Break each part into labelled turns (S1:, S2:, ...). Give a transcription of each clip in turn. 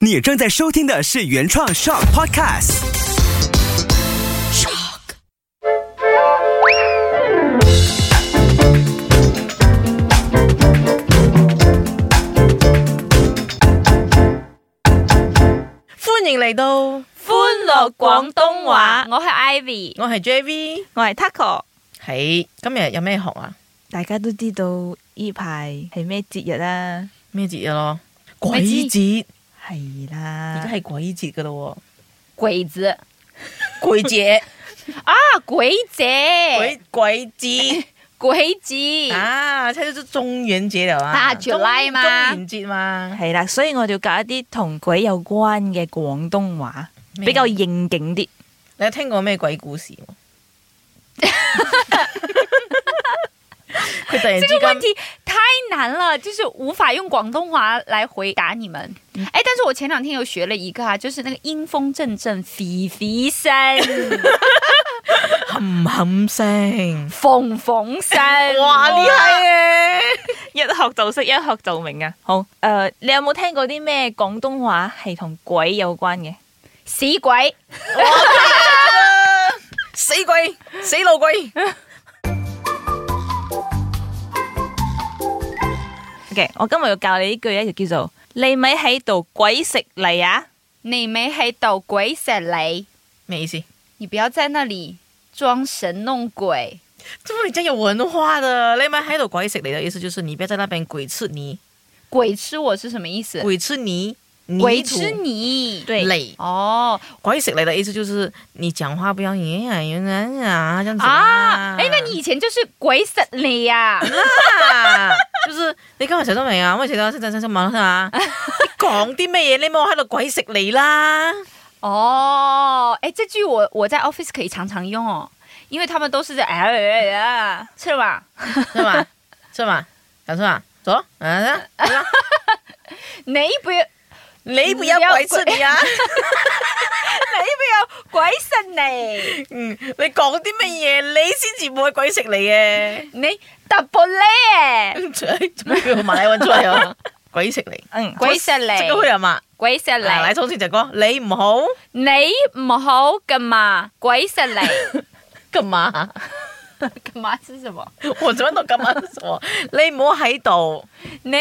S1: 你正在收听的是原创 Shock Podcast。
S2: 欢迎嚟到，我
S3: 歡樂廣東話，我係 Ivy，
S2: 系 JV，
S3: 我係 Taco，
S2: 系今日有咩學啊？
S4: 大家都知道呢排係咩節日啊啦，
S2: 咩節日咯？鬼
S3: 鬼節
S2: 節，
S4: 係
S2: 而家
S4: 啦，
S2: 係鬼節噶咯
S3: 鬼子
S2: 喎，鬼節，
S3: 啊，鬼姐，
S2: 鬼鬼節
S3: 鬼子，
S2: 啊，即係都中元節嚟啦，
S3: 啊，July 嘛
S2: 中元節嘛，
S4: 係啦，所以我就教一啲同鬼有關嘅廣東話，比較應景啲。
S2: 你有聽過咩鬼故 事冇？佢突然之
S3: 這個
S2: 間，
S3: 問題太難了，就是無法用廣東話來回答你們。
S2: 嗯
S3: 哎、但是我前兩天有學了一個啊，就是那個陰風陣陣，肥 肥聲，
S2: 冚冚聲，
S3: 縫縫聲，
S2: 哇，厲害耶！
S4: 一學就識，一學就明啊！好，誒、你有冇聽過啲咩廣東話係同鬼有關嘅？
S3: 死鬼，
S2: 死鬼，死老鬼。
S4: OK，我今日要教你呢句咧，就叫做你咪喺度鬼食泥啊！
S3: 你咪喺度鬼食你，
S2: 咩意思？
S3: 你不要在那裡裝神弄鬼。
S2: 这么你真有文化的，你咪喺度鬼食你的意思就是你别在那边鬼吃泥，
S3: 鬼吃我是什麼意思？
S2: 鬼吃泥，泥
S3: 鬼
S2: 土
S3: 吃你，
S4: 对
S2: 累。
S3: 哦
S2: 鬼食你的意思就是你讲话不要演演员人啊，这样子
S3: 啊，哎、那你以前就是鬼死你呀、
S2: 啊，就是你今日食咗未啊？我食咗，食咗，食咗，問下啊。你讲啲咩嘢？你冇喺度鬼食你啦。
S3: 哦，哎、这句我我在 office 可以常常用哦，因为他们都是在哎哎哎哎，吃了吧？
S2: 是嘛？是嘛？小春啊，走，嗯，
S3: 你不要
S2: 你不要鬼吃你啊！
S3: 鬼 死你，
S2: 嗯，你讲啲乜嘢？你先至冇去鬼食你嘅。
S3: 你 double 嘞，
S2: 怎么叫马来文出嚟啊？鬼食你！
S4: 嗯，
S3: 鬼死你，
S2: 即刻去啊嘛！
S3: 鬼死
S2: 嗱，奶
S3: 你，
S2: 通先就講你唔好
S3: 你唔好幹嘛？鬼死你，
S2: 咁嘛，
S3: 幹嘛是什麼？
S2: 我做乜到咁樣做？你唔好喺度
S3: 你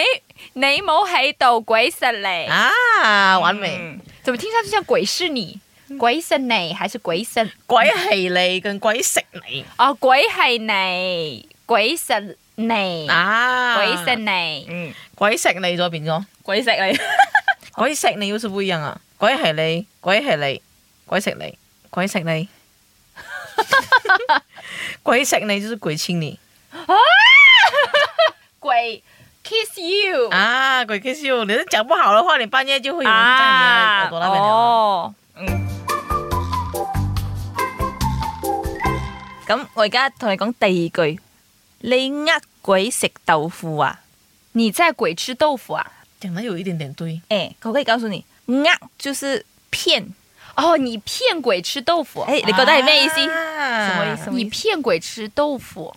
S3: 你冇喺度鬼死你，
S2: 啊！玩明
S4: 嗯
S3: 怎麼聽上去像鬼是你？鬼死你還是鬼死？
S2: 鬼係你，跟鬼食你
S3: 哦，鬼係你，鬼食你，
S2: 啊！
S3: 鬼食你，
S4: 嗯，
S2: 鬼食你咗變咗，
S3: 鬼食你，
S2: 鬼食你好似不一樣啊！鬼係你，鬼係你，鬼食你，鬼食你，鬼食你就是鬼親你
S3: 鬼 kiss you
S2: 啊！鬼 kiss you，你都講不好的話，你半夜
S4: 啊
S2: 就會有人在你的耳朵那邊聊啊
S3: 哦，
S4: 嗯咁我而家同你講第二句，你呃鬼食豆腐啊！
S3: 你在鬼吃豆腐啊？
S2: 講得有一點點對。
S4: 哎，可不可以告诉你，呃就是骗？
S3: 哦，你騙鬼吃豆腐，
S4: 哎，你觉得系咩意思？
S2: 啊
S4: 什么意思？
S3: 你騙鬼吃豆腐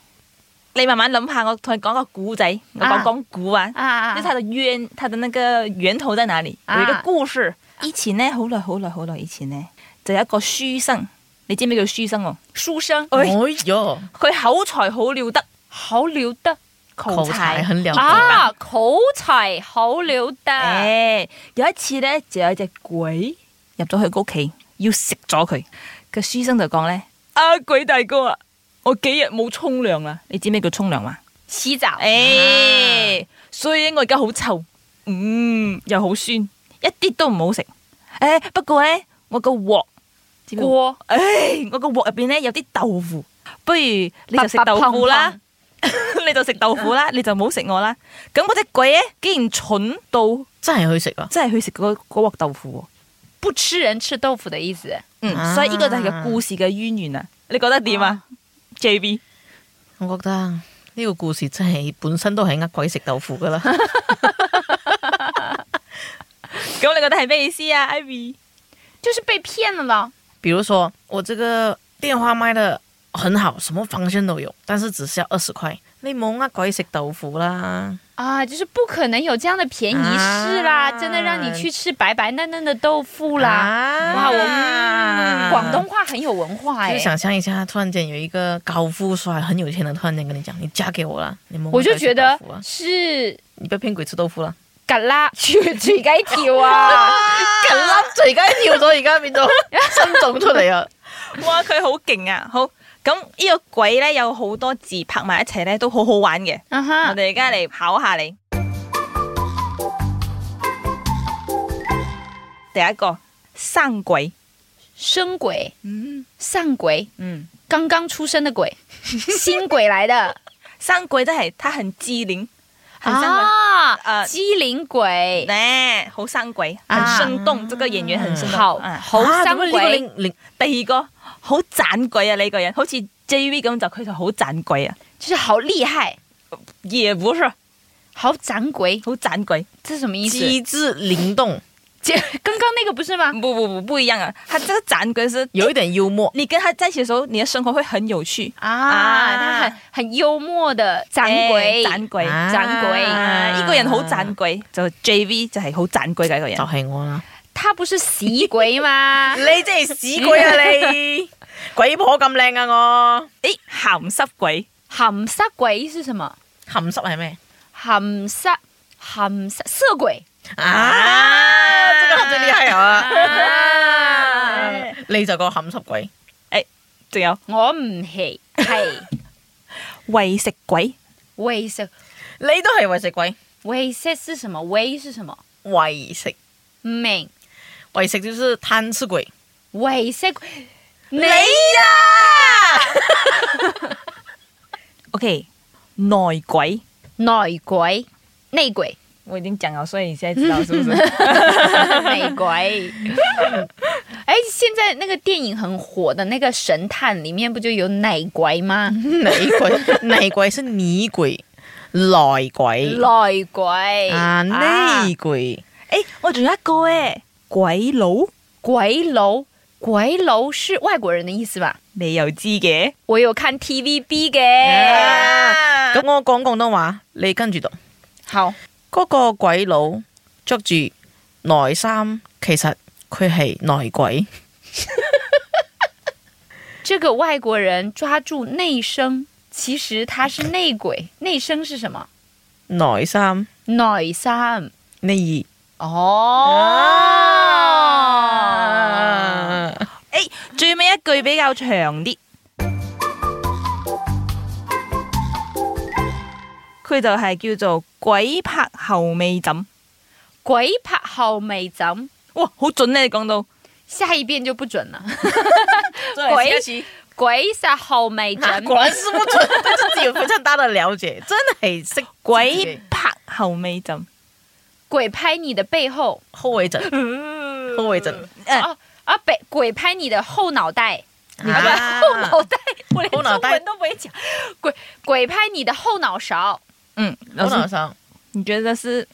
S4: 你慢慢谂下，我同你讲个古仔，我
S3: 啊
S4: 讲讲古啊，
S3: 啊
S4: 就是它的渊，它的那个源头在哪里？
S3: 啊
S4: 有一个故事，以前呢，好耐好耐好耐以前呢，就有一個書生，你知唔知叫書生喎？
S3: 書生
S4: 哎
S2: 哎哟，
S4: 佢口才好了得，
S3: 好了得
S2: 口才很了得。
S3: 啊，口才好了得，
S4: 诶、啊有一次呢，就有一隻鬼入咗佢屋企，要食咗佢。個書生就講呢：「啊鬼大哥啊，我幾日冇沖涼啊啦，你知唔知叫沖涼嘛？
S3: 洗澡，
S4: 哎诶、哎所以我而家好臭，嗯，又好酸，一啲都唔好食。诶、不過咧，我個鑊，鍋，
S3: 鍋
S4: 诶、哎我個鑊入邊咧有啲豆腐，不如你就食豆腐啦， 你就食豆腐啦，你就唔好食我啦。咁嗰只鬼咧，竟然蠢到
S2: 真係去食啊！
S4: 真係去食嗰嗰鑊豆腐喎。
S3: 不吃人吃豆腐的意思。
S4: 嗯，
S2: 啊
S4: 所以呢個就係個故事嘅淵源啊。你覺得點啊？J B，
S2: 我覺得呢個故事真係本身都係呃鬼食豆腐噶啦。
S4: 咁你覺得係咩意思啊？Ivy，
S3: 就是被騙了咯，
S2: 比如說我這個電話賣得很好，什麼方向都有，但是只需要二十塊，你冇呃鬼食豆腐啦。
S3: 啊，就是不可能有这样的便宜事啦，
S2: 啊
S3: 真的让你去吃白白嫩嫩的豆腐啦！
S2: 啊
S3: 哇，我嗯们广东话很有文化哎、
S2: 就想象一下，突然间有一个高富帅很有钱的，突然间跟你讲，你嫁给我啦，你冇
S3: 我就
S2: 鬼
S3: 觉
S2: 食
S3: 得
S2: 豆腐啦
S3: 是
S2: 啊你不要骗鬼吃豆腐啦，
S3: 嘎啦，去嘴该跳啊！
S2: 咁笠嘴梗跳咗，而家变到新種出嚟啊！
S4: 哇，佢好勁啊！好，咁呢個鬼咧有好多字拍埋一齊咧，都好好玩嘅。
S3: 啊哈
S4: 我，哋而家嚟考下你。第一個生鬼，
S3: 生鬼，
S4: 嗯
S3: 上鬼，
S4: 嗯，
S3: 刚刚出生的鬼，新鬼来的
S4: 生鬼都係他很機靈，很生鬼。
S3: 啊，
S4: 呃
S3: 机灵鬼，
S4: 咧好生鬼，
S3: 啊
S4: 很生動，這個演員很生動。
S3: 好
S4: 啊
S3: 好
S2: 啊
S3: 生
S2: 咁呢個
S3: 鬼，
S2: 令令
S4: 第二個好盞鬼啊！呢個人好似 JV 咁，就佢就好盞鬼啊，
S3: 就是好厉害，
S4: 也不是
S3: 好长鬼，
S4: 好盞鬼，
S3: 这是什么意思？
S2: 机智灵动，
S3: 姐，刚刚那个不 是吗？
S4: 不不不不一樣啊！他這個盞鬼是
S2: 有一点幽默。
S4: 你跟他在一起的时候，你的生活会很有趣。
S3: 啊，他很很幽默的长鬼，
S4: 哎盞鬼，
S2: 啊
S3: 盞鬼
S4: 啊呢個人好盞鬼，就 JV 就係好盞鬼嘅一個人
S2: 就。係我啦，？
S3: 他不是死鬼吗
S2: 你真係屎鬼啊你！ 鬼婆咁靚啊我，
S4: 誒，鹹濕鬼，
S3: 含沙鬼是什么？
S2: 含濕係咩？
S3: 含沙含沙色鬼
S2: 啊，这個最厲害
S3: 啊
S2: 啊！ 你就個含濕鬼，
S4: 仲有
S3: 我唔係係
S4: 餵食鬼，
S3: 喂食
S2: 你都係為食鬼，
S3: 喂食是什么？喂是什么？
S2: 為食
S3: 唔明
S2: 為食就是貪吃 鬼。
S3: 喂食你
S2: 啊！
S4: OK，內鬼，
S3: 內鬼內鬼
S4: 我已經講咗，所以你現在知道是 不是？
S3: 內鬼。哎，现在那个电影很火的那个《神探》里面不就有奶鬼吗？
S2: 内 鬼，内鬼是女鬼，內鬼
S3: 內鬼
S2: 啊，
S3: 啊
S2: 內鬼
S4: 誒，我仲有一個誒，鬼佬，
S3: 鬼楼，鬼楼是外国人的意思吧？
S4: 你又知嘅？
S3: 我有看 TVB 嘅。
S2: 啊咁我講廣東話，你跟住讀。
S3: 哎好，
S2: 嗰個鬼佬着住內衫，其實佢係內鬼。
S3: 这个外国人抓住内生，其实他是内鬼。内生是什么？
S2: 內衫
S3: 内三
S2: 呢
S3: 哦。
S2: 二，
S4: 誒，最尾一句比較長啲，佢就係叫做鬼拍後尾枕。
S3: 鬼拍后尾枕，
S4: 哇，好準咧！你講到
S3: 下一遍就不准了。
S2: 鬼
S3: 鬼鬼杀后尾
S2: 啊
S3: 枕，
S2: 果然是不准，對自己有非常大的了 解，真係識
S4: 鬼拍後尾枕。
S3: 鬼拍你的背后。
S2: 後尾枕，
S3: 嗯
S2: 後尾 枕，
S4: 嗯
S3: 啊啊！北鬼拍你的后脑袋，
S2: 你
S3: 啊不后脑袋，我连
S2: 后脑
S3: 中
S2: 袋
S3: 文都不会讲。鬼鬼拍你的后脑勺，
S4: 嗯，老
S2: 我
S4: 师
S2: 脑，上
S4: 你觉得是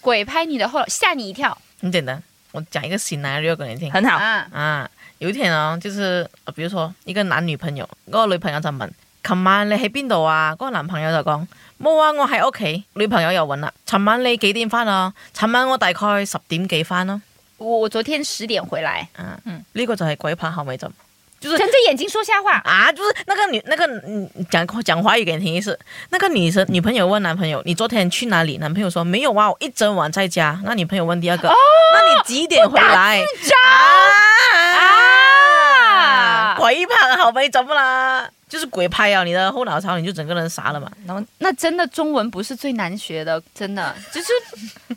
S3: 鬼拍你的后脑，吓你一跳
S2: 很简单，我讲一个 scenario 给你听
S4: 很好？
S3: 啊！
S2: 啊。有一天啊，就是呃比如说一個男女朋友，嗰、個女朋友就問：琴晚你喺邊度啊？嗰、個男朋友就講：冇啊，我喺屋企。女朋友又問啦：尋晚你幾點翻啊？尋晚我大概十點幾翻咯。
S3: 我我昨天十点回来，
S2: 啊，
S4: 嗯
S2: 呢、個就係鬼拍後尾枕。就是
S3: 睁着眼睛说瞎话，
S2: 啊，就是那个女那个嗯讲讲华语给你听一次。那个女生女朋友问男朋友：“你昨天去哪里？”男朋友说：“没有啊，我一整晚在家。”那女朋友问第二个：“
S3: 哦
S2: 那你几点回来？”啊
S3: 啊！
S2: 鬼拍好没怎么啦？就是鬼拍啊！你的后脑勺你就整个人傻了嘛。
S4: 然后
S3: 那真的中文不是最难学的，真的就是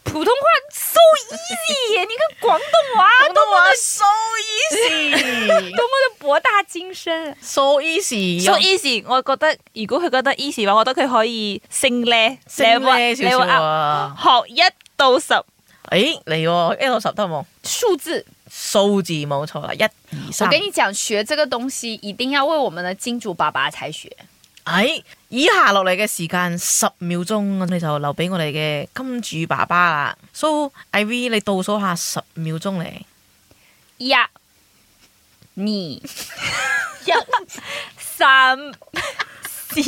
S3: 普通话 so easy 耶。你看广东话多么的
S2: so easy，so
S3: 多么的博大精深，啊
S2: easy，
S4: so easy，我覺得如果佢覺得 easy 嘅話，我覺得佢可以升咧，
S2: 升呢少
S4: level
S2: 少
S4: up，
S2: 啊！
S4: 學一到十，
S2: 诶，嚟喎，一到十得冇？
S3: 数字
S2: 數字冇錯啦，一二
S3: 我
S2: 三。
S3: 跟你讲，学这个东西一定要为我们的金主爸爸才学。
S2: 喺哎以下落嚟嘅時間十秒鐘，我哋就留俾我哋嘅金主爸爸啦。So Ivy，你倒數下十秒鐘嚟，
S3: 呀， 你一、三、字，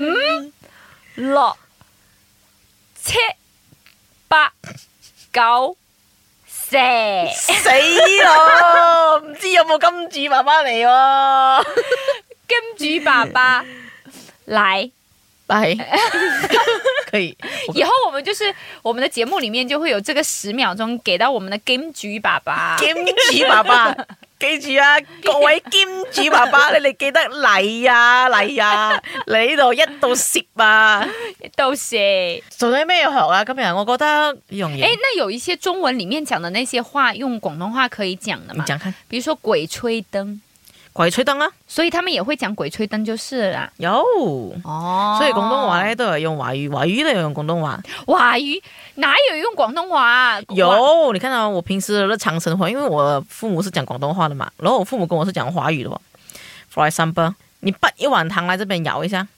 S3: 五六七八九十，
S2: 死咯！唔知有冇金主爸爸嚟喎？
S3: 金主爸爸来。
S2: 来，可以，
S3: 以后我们就是我们的节目里面就会有这个十秒钟给到我们的 Game 局爸爸。
S2: 金主爸爸，記住啊，各位金主爸 爸，你哋記得嚟啊嚟啊，嚟呢度一度攝啊！
S3: 都是。哎，
S2: 做啲咩學啊？今日我覺得呢樣嘢，
S3: 那有一些中文里面讲的那些话，用广东话可以讲的
S2: 你
S3: 嘛？
S2: 講下，
S3: 比如说“鬼吹灯
S2: 鬼吹燈啊，”，
S3: 所以他们也会讲“鬼吹灯”就是了啦。
S2: 有，
S3: 哦
S2: 所以廣東話咧都係用華語，華語都係用廣東話。
S3: 哇，鱼哪有用广东话啊？哇
S2: 有，你看到、我平时日常生活，因为我父母是讲广东话的嘛，然后我父母跟我是讲华语的哦。For example，你拔一碗糖来这边舀一
S3: 啊
S2: 下，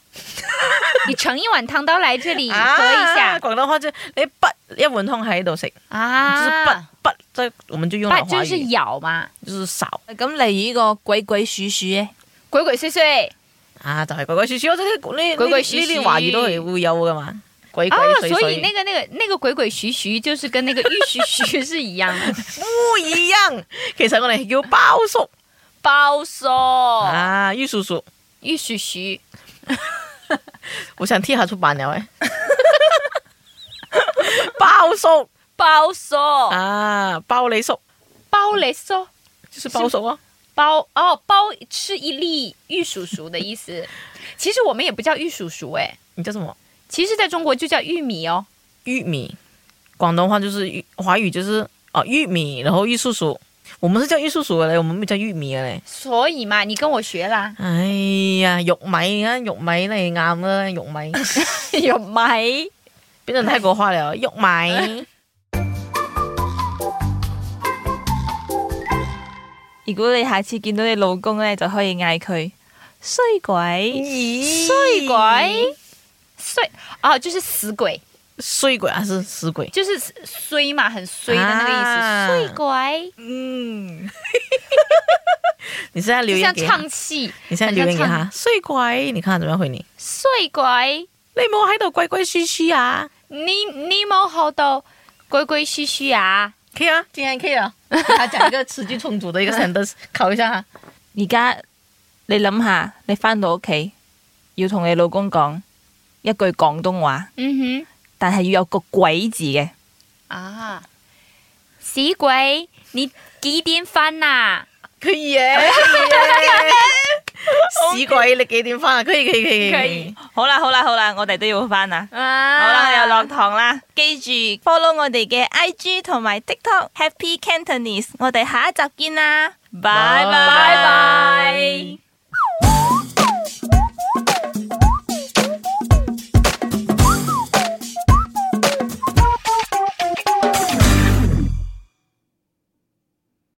S3: 你盛一碗汤到来这里喝一下
S2: 广东话就你拔一碗汤喺度食，就是拔
S3: 啊。
S2: 拔，这我们就用
S3: 不
S2: 了华
S3: 就
S2: 语，
S3: 是咬嘛，
S2: 就是少
S4: 咁例如呢個鬼鬼祟祟 咧，
S3: 鬼鬼祟祟
S2: 啊，就系鬼鬼祟祟，我这啲呢
S3: 鬼鬼
S2: 呢
S3: 祟
S2: 呢
S3: 祟
S2: 啲华语都系会有噶嘛，鬼鬼
S3: 啊，
S2: 祟
S3: 所以
S2: 祟，
S3: 那个那个那个鬼鬼祟祟就是跟那个玉徐徐是一样 的。
S2: 不一样。其实我哋叫包叔
S3: 包叔，哦
S2: 啊，玉叔叔，
S3: 玉徐徐，
S2: 我想替他出版了哎， 包叔。
S3: 包叔，
S2: 啊，包你叔
S3: 包雷叔，
S2: 就是包叔啊，
S3: 包哦包吃一粒玉蜀黍的意思。其实我们也不叫玉蜀黍哎，
S2: 你叫什么？
S3: 其实在中国就叫玉米哦。
S2: 玉米，广东话就是玉，华语就是哦玉米，然后玉叔叔，我们是叫玉叔叔的嘞，我们没叫玉米的嘞。，
S3: 所以嘛，你跟我学啦
S2: 哎呀，玉米啊，玉米你啱啦，玉米
S3: 有米。
S2: 变成泰国话了，玉米。
S4: 如果你下次見到你老公咧，就可以嗌佢衰鬼，
S2: 咦
S3: 睡哎鬼，睡哦，就是死鬼，
S2: 衰鬼啊还是死鬼？
S3: 就是衰嘛，很衰的那个意
S2: 啊
S3: 思。睡鬼
S4: 嗯，
S2: 你现在留
S3: 就
S2: 言
S3: 像
S2: 给他，
S3: 唱戏，
S2: 你现在留言给他，衰鬼，你看他怎么样回你？
S3: 睡鬼，
S2: 你冇喺度鬼鬼祟祟啊？
S3: 你你冇好到鬼鬼祟祟啊！
S2: 可以啊，今天可 以啊。他讲一个词句充足的一个 sentence，考一下哈。
S4: 而家你諗下，你翻到屋企要同你老公講一句廣東話，
S3: 嗯
S4: 但係要有個鬼字嘅，
S3: 哼，啊，死鬼，你几点啊翻呐、
S2: 可以耶， 可以耶！屎鬼，你幾點翻啊？可以，可以，可以，
S3: 可以。
S4: 好啦好啦好啦，我哋都要翻啦。
S3: 啊？
S4: 好啦，又落堂啦！記住 follow 我哋嘅 IG 同埋 TikTok Happy Cantonese，我哋下一集見啦，拜拜。